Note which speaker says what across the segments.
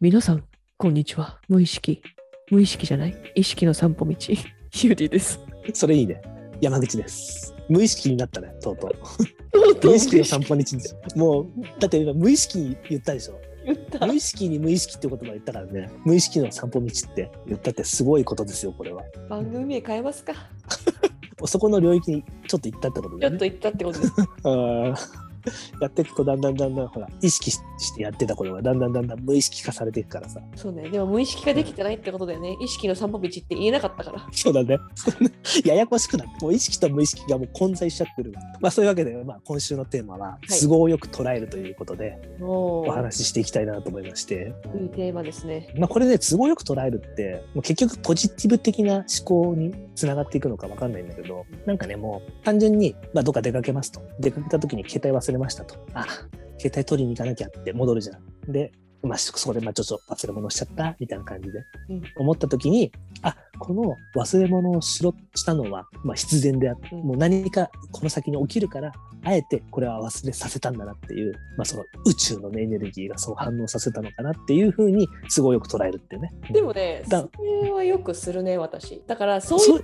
Speaker 1: 皆さん、こんにちは。無意識。無意識じゃない意識の散歩道。 ゆりです。
Speaker 2: それいいね。山口です。無意識になったね、とう とう。無
Speaker 1: 無
Speaker 2: 意識の散歩日に。もう、だって今無意識に言ったでしょ。
Speaker 1: 言った。
Speaker 2: 無意識に無意識って言葉言ったからね。無意識の散歩道って言ったってすごいことですよ、これは。
Speaker 1: 番組名変えますか
Speaker 2: そこの領域にちょっと行ったってこと
Speaker 1: ち
Speaker 2: だ
Speaker 1: ょっ
Speaker 2: よ
Speaker 1: と言
Speaker 2: ね。
Speaker 1: ったって ことです。
Speaker 2: うん やっていくとだんだんだんだんほら意識ししてやってたことがだんだんだんだん無意識化されていくからさ
Speaker 1: そうね。でも無意識ができてないってことだよね。意識の散歩道って言えなかったから。
Speaker 2: そうだね ややこしくなってもう意識と無意識がもう混在しちゃってるわまあそういうわけで、まあ、今週のテーマは「
Speaker 1: い
Speaker 2: 都合よく捉える」ということで、
Speaker 1: お
Speaker 2: お
Speaker 1: ー
Speaker 2: 話ししていきたいなと思いまして、
Speaker 1: いいテーマですね。
Speaker 2: まあ、これね都合よく捉えるってもう結局ポジティブ的な思考につながっていくのかわかんないんだけどなんかねもう単純に、まあ、どっか出かけますと出かけた時に携帯忘れましたとあ携帯取りに行かなきゃって戻るじゃん。でまあ、そこでまあちょっと忘れ物しちゃったみたいな感じで、
Speaker 1: うん
Speaker 2: 思った時にあこの忘れ物をしろしたのは、まあ、必然であって、
Speaker 1: うん
Speaker 2: もう何かこの先に起きるからあえてこれは忘れさせたんだなっていう、まあ、その宇宙の、ね、エネルギーがそう反応させたのかなっていうふうに都合よく捉えるっていうね。
Speaker 1: でもね、
Speaker 2: だ
Speaker 1: それはよくするね、私。だから、そういう
Speaker 2: そう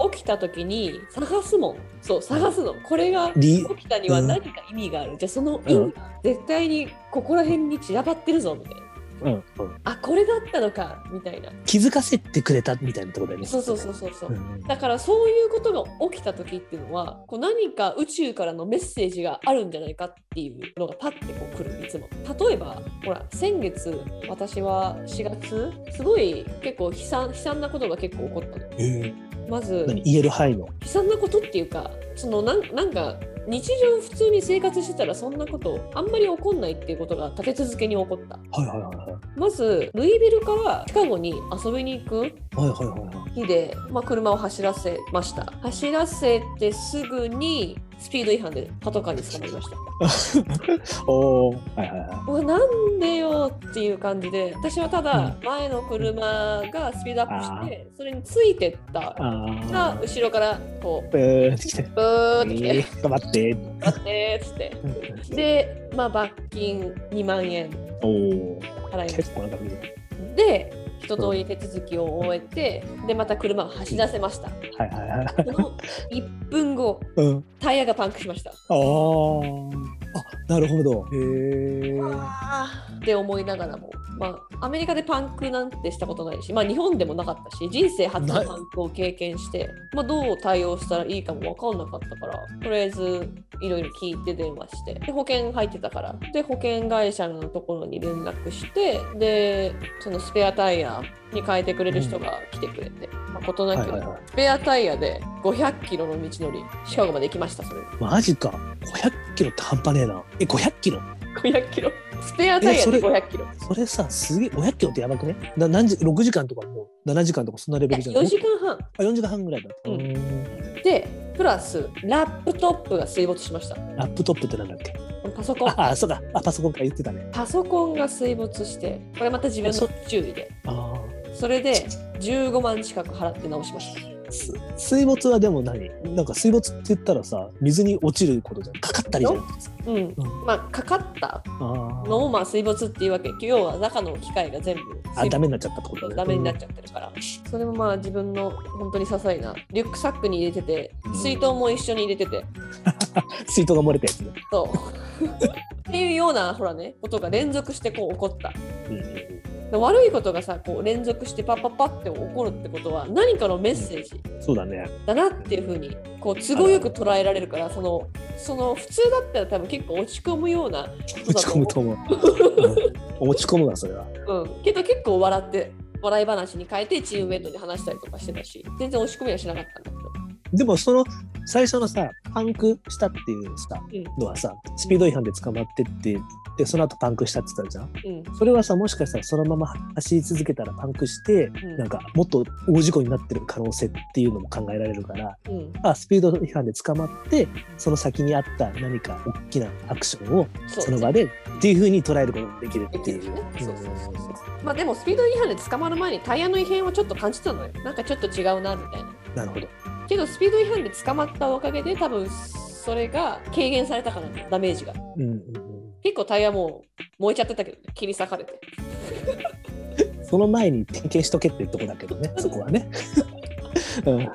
Speaker 1: のが起きた時に探すもん。そう、探すの。これが
Speaker 2: 理
Speaker 1: 起きたには何か意味がある。じゃあ、その意味が絶対にここら辺に散らばってるぞ、みたいな。
Speaker 2: うんうん
Speaker 1: あ、これだったのか、みたいな。
Speaker 2: 気づかせてくれたみたいなところだよね。
Speaker 1: そうそうそうそうそうう。
Speaker 2: ん
Speaker 1: だからそういうことが起きた時っていうのはこう何か宇宙からのメッセージがあるんじゃないかっていうのがパッてこう来るいつも例えばほら先月私は4月すごい結構悲惨悲惨なことが結構起こったの
Speaker 2: えー
Speaker 1: まず
Speaker 2: 何言える範囲の。
Speaker 1: 悲惨なことっていうかそのなんなんか日常普通に生活してたらそんなことあんまり起こんないっていうことが立て続けに起こった
Speaker 2: はいはいはいはい。
Speaker 1: まずルイビルからシカゴに遊びに行く
Speaker 2: はいはいはいはい。
Speaker 1: 火で、まあ、車を走らせました走らせてすぐにスピード違反でパトカーに捕まりました
Speaker 2: おお。はいはいは
Speaker 1: うわなんでよっていう感じで私はただ前の車がスピードアップしてそれについてった
Speaker 2: い。あ
Speaker 1: ら
Speaker 2: あ。
Speaker 1: 後ろからこう
Speaker 2: えー、来て。
Speaker 1: ブーって来
Speaker 2: え
Speaker 1: て
Speaker 2: ー頑張っ
Speaker 1: 「
Speaker 2: て。
Speaker 1: 待って」っつってで、まあ、罰金2万円
Speaker 2: おお。
Speaker 1: 払いました
Speaker 2: 結構なんか見る。
Speaker 1: で一通り手続きを終えてでまた車を走らせました
Speaker 2: はいはいはい。
Speaker 1: その1分後
Speaker 2: うん。
Speaker 1: タイヤがパンクしました
Speaker 2: ああ。あ、なるほど。へえ。
Speaker 1: って思いながらも、まあ、アメリカでパンクなんてしたことないし、まあ、日本でもなかったし人生初のパンクを経験して、まあ、どう対応したらいいかも分かんなかったからとりあえずいろいろ聞いて電話してで保険入ってたからで保険会社のところに連絡してでそのスペアタイヤに変えてくれる人が来てくれて、まあ、事
Speaker 2: はい
Speaker 1: なき
Speaker 2: はい
Speaker 1: を
Speaker 2: はい。
Speaker 1: スペアタイヤで500キロの道のりシカゴまで行きましたそれ
Speaker 2: マジか。500キロって半端ねえな。え、500キロ
Speaker 1: 500キロスペアタイヤ
Speaker 2: えそれ
Speaker 1: で500キロ
Speaker 2: それさ、すげえ、500キロってやばくねな何時、6時間とかもう7時間とかそんなレベルじゃない
Speaker 1: 4時間半
Speaker 2: あ、4時間半ぐらいだった。
Speaker 1: うん
Speaker 2: ん
Speaker 1: でプラスラップトップが水没しました
Speaker 2: ラップトップってなんだっけ
Speaker 1: パソコン
Speaker 2: あ、あ、そうか。あ、パソコンから言ってたね。
Speaker 1: パソコンが水没してこれまた自分の不注意で
Speaker 2: ああ。
Speaker 1: それで15万近く払って直しました
Speaker 2: す水没はでも何なんか水没って言ったらさ水に落ちることじゃんかかったりじゃん
Speaker 1: うんまあかかった
Speaker 2: あ
Speaker 1: のをまあ水没っていうわけ要は中の機械が全部
Speaker 2: あダメになっちゃったってことね
Speaker 1: ダメになっちゃってるから、それもまあ自分の本当に些細なリュックサックに入れてて水筒も一緒に入れてて
Speaker 2: うん水筒が漏れたやつね、
Speaker 1: そう っていうようなほらねことが連続してこう起こった
Speaker 2: うん
Speaker 1: 悪いことがさこう連続してパッパッパッって起こるってことは何かのメッセージ
Speaker 2: そうだね
Speaker 1: だなっていうふうにこう都合よく捉えられるからそのその普通だったら多分結構落ち込むようなことだ
Speaker 2: 落ち
Speaker 1: と
Speaker 2: 込む
Speaker 1: 思
Speaker 2: と思う、うん、落ち込むわそれは
Speaker 1: う、うん、けど結構笑って笑い話に変えてチームメイトに話したりとかしてたし全然落ち込みはしなかったんだけど
Speaker 2: でもその最初のさパンクしたっていうさのはさスピード違反で捕まってってでその後パンクしたって言ったじゃん
Speaker 1: うん、うん、
Speaker 2: それはさもしかしたらそのまま走り続けたらパンクして
Speaker 1: ん
Speaker 2: なんかもっと大事故になってる可能性っていうのも考えられるから
Speaker 1: うん、
Speaker 2: まあ、スピード違反で捕まってその先にあった何か大きなアクションを
Speaker 1: そう
Speaker 2: その場でっていうふうに捉えることもできる
Speaker 1: で
Speaker 2: って
Speaker 1: き
Speaker 2: い
Speaker 1: る
Speaker 2: う。
Speaker 1: ねそうそうそうそうまあでもスピード違反で捕まる前にタイヤの異変をちょっと感じたのよなんかちょっと違うなみたいな
Speaker 2: なるほど。
Speaker 1: けどスピード違反で捕まったおかげで多分それが軽減されたからダメージが
Speaker 2: うんうんうん
Speaker 1: 結構タイヤもう燃えちゃってたけどね切り裂かれて
Speaker 2: その前に点検しとけっていうとこだけ どね、そこはね。うん。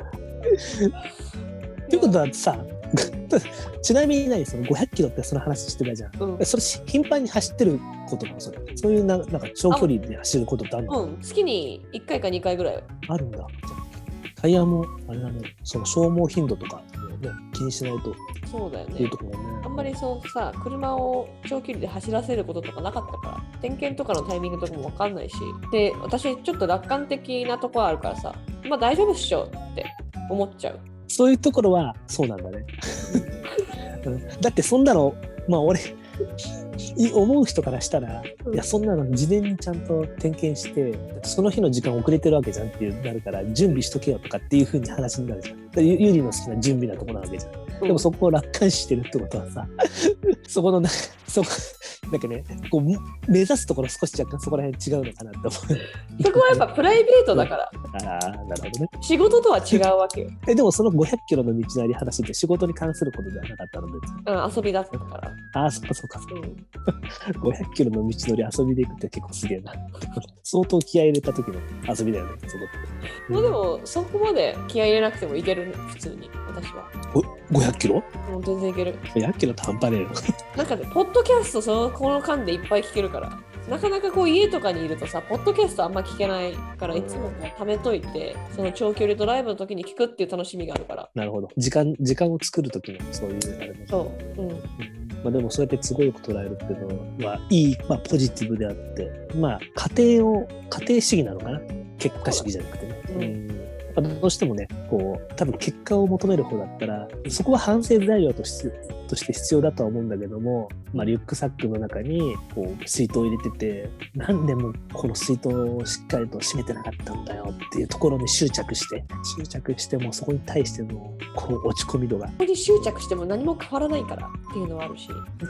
Speaker 2: ということはさ、 ちなみに何その500キロってその話してたじゃん。
Speaker 1: うん、
Speaker 2: それし頻繁に走ってることなのそれ。そういうななんか長距離で走ることってあるの
Speaker 1: うん、月に1回か2回ぐらいは
Speaker 2: あるんだ。タイヤもあれだね、その消耗頻度とか、ね、気にしないとっ
Speaker 1: そうだよ
Speaker 2: て
Speaker 1: ね
Speaker 2: いうところね。
Speaker 1: あんまりそうさ車を長距離で走らせることとかなかったから点検とかのタイミングとかも分かんないしで私ちょっと楽観的なとこあるからさまあ大丈夫っしょって思っちゃう
Speaker 2: そういうところはそうなんだね。うんだってそんなの、まあ俺、い思う人からしたら、
Speaker 1: うん
Speaker 2: いやそんなの事前にちゃんと点検してその日の時間遅れてるわけじゃんってなるから準備しとけよとかっていうふうに話になるじゃん。だゆゆりの好きな準備なとこなわけじゃん。でもそこを楽観視してるってことはさ そこのな そこなんかねこうむ目指すところ少し若干そこら辺違うのかなって思う。
Speaker 1: そこはやっぱプライベートだから
Speaker 2: ああなるほどね。
Speaker 1: 仕事とは違うわけよ、
Speaker 2: えでもその500キロの道なり話って仕事に関することではなかったので
Speaker 1: うん、遊びだったから、
Speaker 2: ああそっかそっかそっか
Speaker 1: うん、
Speaker 2: 500キロの道のり遊びでいくって結構すげえな相当気合い入れた時の遊びだよねそこって
Speaker 1: もうでもそこまで気合い入れなくてもいけるね普通に私は
Speaker 2: ご500キロ
Speaker 1: もう全然いける
Speaker 2: ?500 キロって半端ねえよ
Speaker 1: なんかねポッドキャストそのこの間でいっぱい聞けるからなかなかこう家とかにいるとさポッドキャストあんま聞けないからいつもこう貯めといてその長距離ドライブの時に聞くっていう楽しみがあるから
Speaker 2: なるほど時間時間を作る時のそういうあれね
Speaker 1: そう、うん、
Speaker 2: まあ、でもそうやって都合よく捉えるっていうのは、まあ、いい、まあ、ポジティブであって、まあ、家庭を家庭主義なのかな結果主義じゃなくてね。
Speaker 1: うん
Speaker 2: やっぱどうしてもねこう多分結果を求める方だったらそこは反省材料としてとして必要だとは思うんだけども、まあ、リュックサックの中にこう水筒を入れててなんでもこの水筒をしっかりと閉めてなかったんだよっていうところに執着して執着してもうそこに対してのこう落ち込み度が
Speaker 1: ここに執着しても何も変わらないからっていうのはあるし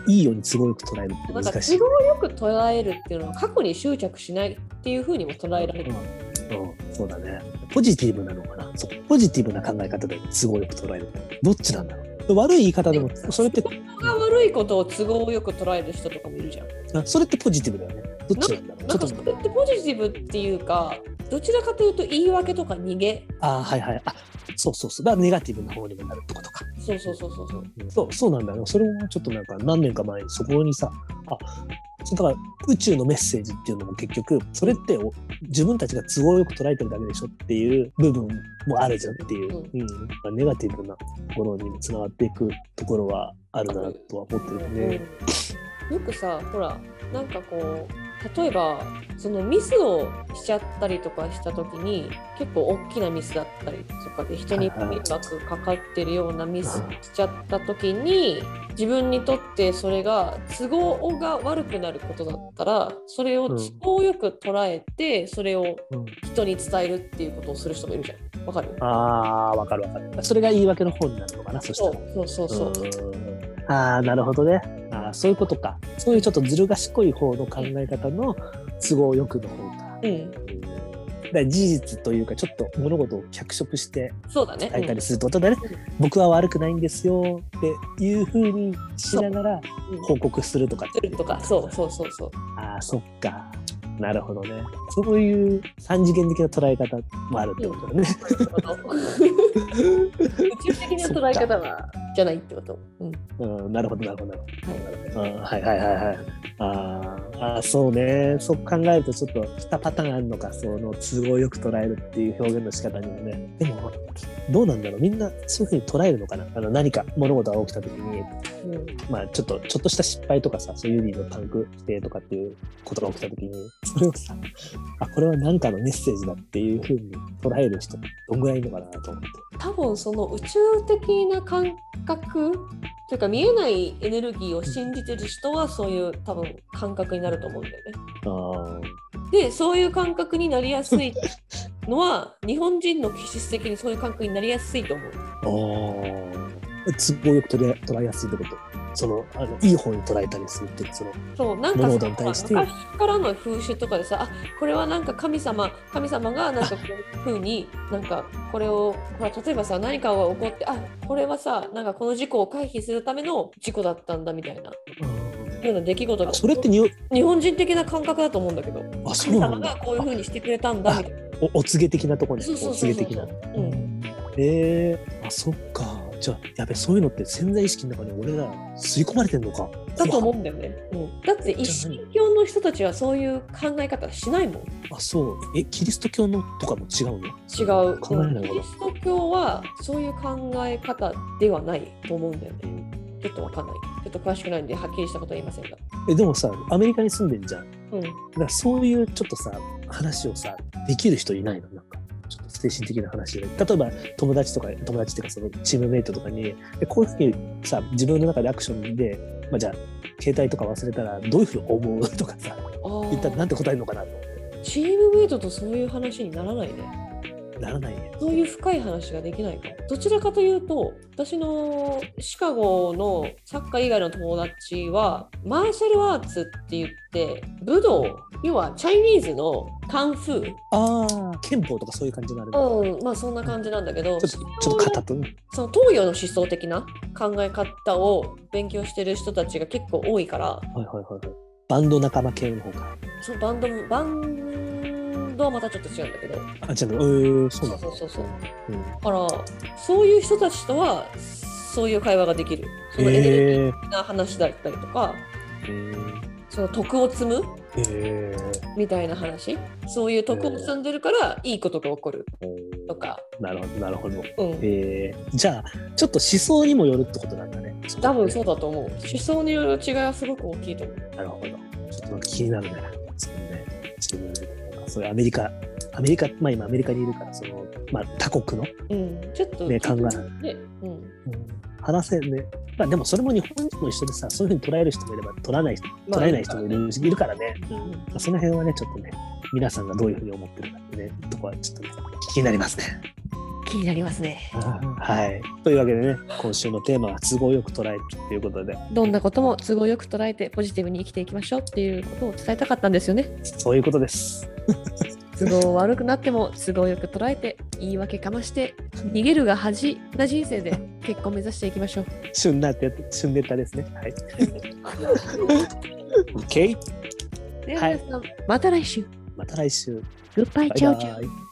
Speaker 2: いいように都合よく捉えるって
Speaker 1: なんか
Speaker 2: 難し
Speaker 1: 都
Speaker 2: い。
Speaker 1: 合よく捉えるっていうのは過去に執着しないっていうふうにも捉えられる、
Speaker 2: うん、そうだね。ポジティブなのかな。そうポジティブな考え方で都合よく捉える。どっちなんだろう。悪い言い方でも、それって、
Speaker 1: 人が悪いことを都合よく捉える人とかもいるじゃん
Speaker 2: あそれってポジティブだよね。どっちなんだろう。
Speaker 1: なん
Speaker 2: ちょ
Speaker 1: か
Speaker 2: っ
Speaker 1: そ
Speaker 2: と
Speaker 1: れ、ってポジティブっていうかどちらかというと言い訳とか逃げ
Speaker 2: あーはいはい。あ、そうそうそう。だからネガティブな方にもなるってことか。
Speaker 1: そうそうそうそうそう
Speaker 2: そう、そうなんだよ。それもちょっとなんか何年か前にそこにさ、あ、そうだから宇宙のメッセージっていうのも結局、それってお自分たちが都合よく捉えてるだけでしょっていう部分もあるじゃんっていう、
Speaker 1: う
Speaker 2: うんまあネガティブなところにもつながっていくところはあるなとは思ってるね。
Speaker 1: うんよくさほらなんかこう例えばそのミスをしちゃったりとかした時に結構大きなミスだったりとかで人に
Speaker 2: はいはい
Speaker 1: 迷惑かかってるようなミスしちゃった時に自分にとってそれが都合が悪くなることだったらそれを
Speaker 2: うん
Speaker 1: 都合よく捉えてそれを
Speaker 2: うん
Speaker 1: 人に伝えるっていうことをする人もいるじゃんわかる
Speaker 2: ああ、わかるわかる。それが言い訳の方になるのかな、そした
Speaker 1: そ
Speaker 2: ら
Speaker 1: う。そうそうそう
Speaker 2: うんああなるほどねあーそういうことかそういうちょっとずる賢い方の考え方の都合よくの方か,、
Speaker 1: うん
Speaker 2: うん、だから事実というかちょっと物事を脚色して
Speaker 1: そうだね
Speaker 2: 書いたりするってことだね、僕は悪くないんですよっていうふうにしながら
Speaker 1: うんうん
Speaker 2: 報告するとかっ
Speaker 1: す
Speaker 2: てい
Speaker 1: るとかそうそうそうそう
Speaker 2: ああそっかなるほどねそういう三次元的な捉え方もあるってことだね、
Speaker 1: 宇宙的な捉え方はじゃないってこと。うん、
Speaker 2: うん、なるほどなるほどなるほどうんはいはいはいはい。あーあー、そうね。そう考えるとちょっと2パターンあるのか、その都合よく捉えるっていう表現の仕方にもね。でも、どうなんだろうみんなそういうふうに捉えるのかなあの何か物事が起きた時に、
Speaker 1: うん
Speaker 2: まあちょっと、ちょっとした失敗とかさ、そういうユーリのパンク否定とかっていうことが起きた時に、 それをさ、あ、これは何かのメッセージだっていうふうに捉える人、どんぐらいいるのかなと思って。
Speaker 1: 多分その宇宙的な感覚というか見えないエネルギーを信じてる人はそういう多分感覚になると思うんだよね。
Speaker 2: あ
Speaker 1: でそういう感覚になりやすいのは日本人の気質的にそういう感覚になりやすいと思う。
Speaker 2: あー。都合よく捉え捉えやすいってことそのあのいい方に捉えたりするっていうその
Speaker 1: そうなんか
Speaker 2: 物
Speaker 1: さ
Speaker 2: 事に対して
Speaker 1: 昔からの風習とかでさあこれはなんか神様神様がなんかこう いうふうになんかこれをほら例えばさ何かが起こってあこれはさなんかこの事故を回避するための事故だったんだみたいなふうな出来事が
Speaker 2: それってにお
Speaker 1: 日本人的な感覚だと思うんだけど
Speaker 2: あそ
Speaker 1: 神
Speaker 2: うな
Speaker 1: 様
Speaker 2: んだ
Speaker 1: がこういうふうにしてくれたんだみたい
Speaker 2: おお告げ的なとこ
Speaker 1: な
Speaker 2: ね
Speaker 1: そうそ
Speaker 2: お
Speaker 1: うそ
Speaker 2: 告
Speaker 1: うそ
Speaker 2: げ
Speaker 1: う
Speaker 2: 的な
Speaker 1: うん
Speaker 2: えー、あそっかじゃあやべそういうのって潜在意識の中に俺ら吸い込まれてんのか
Speaker 1: だと思うんだよね、うん、だって一神教の人たちはそういう考え方しないもん
Speaker 2: あそうえキリスト教のとかも違うの
Speaker 1: 違う
Speaker 2: 考えない
Speaker 1: キ
Speaker 2: の
Speaker 1: リ
Speaker 2: か
Speaker 1: スト教はそういう考え方ではないと思うんだよねちょっとわかんないちょっと詳しくないんではっきりしたことは言いませんが
Speaker 2: なえでもさアメリカに住んでんじゃんだ
Speaker 1: うん
Speaker 2: からそういうちょっとさ話をさできる人いないのなんかちょっと精神的な話で例えば友達とか友達っていうかそのチームメイトとかにえこういうふうにさ自分の中でアクションで、まあ、じゃあ携帯とか忘れたらどういうふうに思うとかさ
Speaker 1: あー
Speaker 2: 一体なんて答えるのかなと
Speaker 1: チームメイトとそういう話にならないね
Speaker 2: ならないね
Speaker 1: そういう深い話ができないかもどちらかというと私のシカゴのサッカー以外の友達はマーシャルアーツって言って武道要はチャイニーズのカンフー
Speaker 2: ああ憲法とかそういう感じのあれだ
Speaker 1: うん、まあそんな感じなんだけど
Speaker 2: ちょっとちょっと肩と
Speaker 1: その東洋の思想的な考え方を勉強してる人たちが結構多いから
Speaker 2: はいはいはいはい。バンド仲間系の方か。
Speaker 1: そのバンドもバンドはまたちょっと違うんだけど
Speaker 2: あ、違うの。えー、そう
Speaker 1: そ
Speaker 2: な
Speaker 1: うんそ
Speaker 2: だ。
Speaker 1: うそうそう
Speaker 2: うん
Speaker 1: だからそういう人たちとはそういう会話ができるそのエネルギ
Speaker 2: えー、
Speaker 1: ーな話だったりとか、
Speaker 2: えー、
Speaker 1: その徳を積む
Speaker 2: え
Speaker 1: みたいな話そういう徳を積んでるからいいことが起こる
Speaker 2: ー、
Speaker 1: と。か、
Speaker 2: なるほど、なるほど。
Speaker 1: うん、
Speaker 2: えー、じゃあ、ちょっと思想にもよるってことなんだね。
Speaker 1: 多分そうだと思う思想による違いはすごく大きいと思う
Speaker 2: なるほど。ちょっと気になるね。そうね。自分で。そういうアメリカ、アメリカ、まあ今アメリカにいるから、その、まあ他国の、
Speaker 1: うん、ちょっと
Speaker 2: ね考え
Speaker 1: ねうん
Speaker 2: 話せね。まあでもそれも日本人も一緒でさ、そういうふうに捉える人もいれば、捉らない人、
Speaker 1: まあ
Speaker 2: 捉えない人もいる,、いるからね。
Speaker 1: うん
Speaker 2: まあその辺はね、ちょっとね、皆さんがどういうふうに思ってるかってね、とこはちょっとね、気になりますね。
Speaker 1: 気になりますね
Speaker 2: はい。というわけでね、今週のテーマは都合よく捉えるということで、
Speaker 1: どんなことも都合よく捉えてポジティブに生きていきましょうっていうことを伝えたかったんですよね
Speaker 2: そういうことです。
Speaker 1: 都合悪くなっても都合よく捉えて言い訳かまして逃げるが恥な人生で結婚目指していきましょう
Speaker 2: 旬なって、旬ネタですね。はい。OK。
Speaker 1: では皆さん、また来週
Speaker 2: また来週。
Speaker 1: グッバイチャオチャオ
Speaker 2: イ。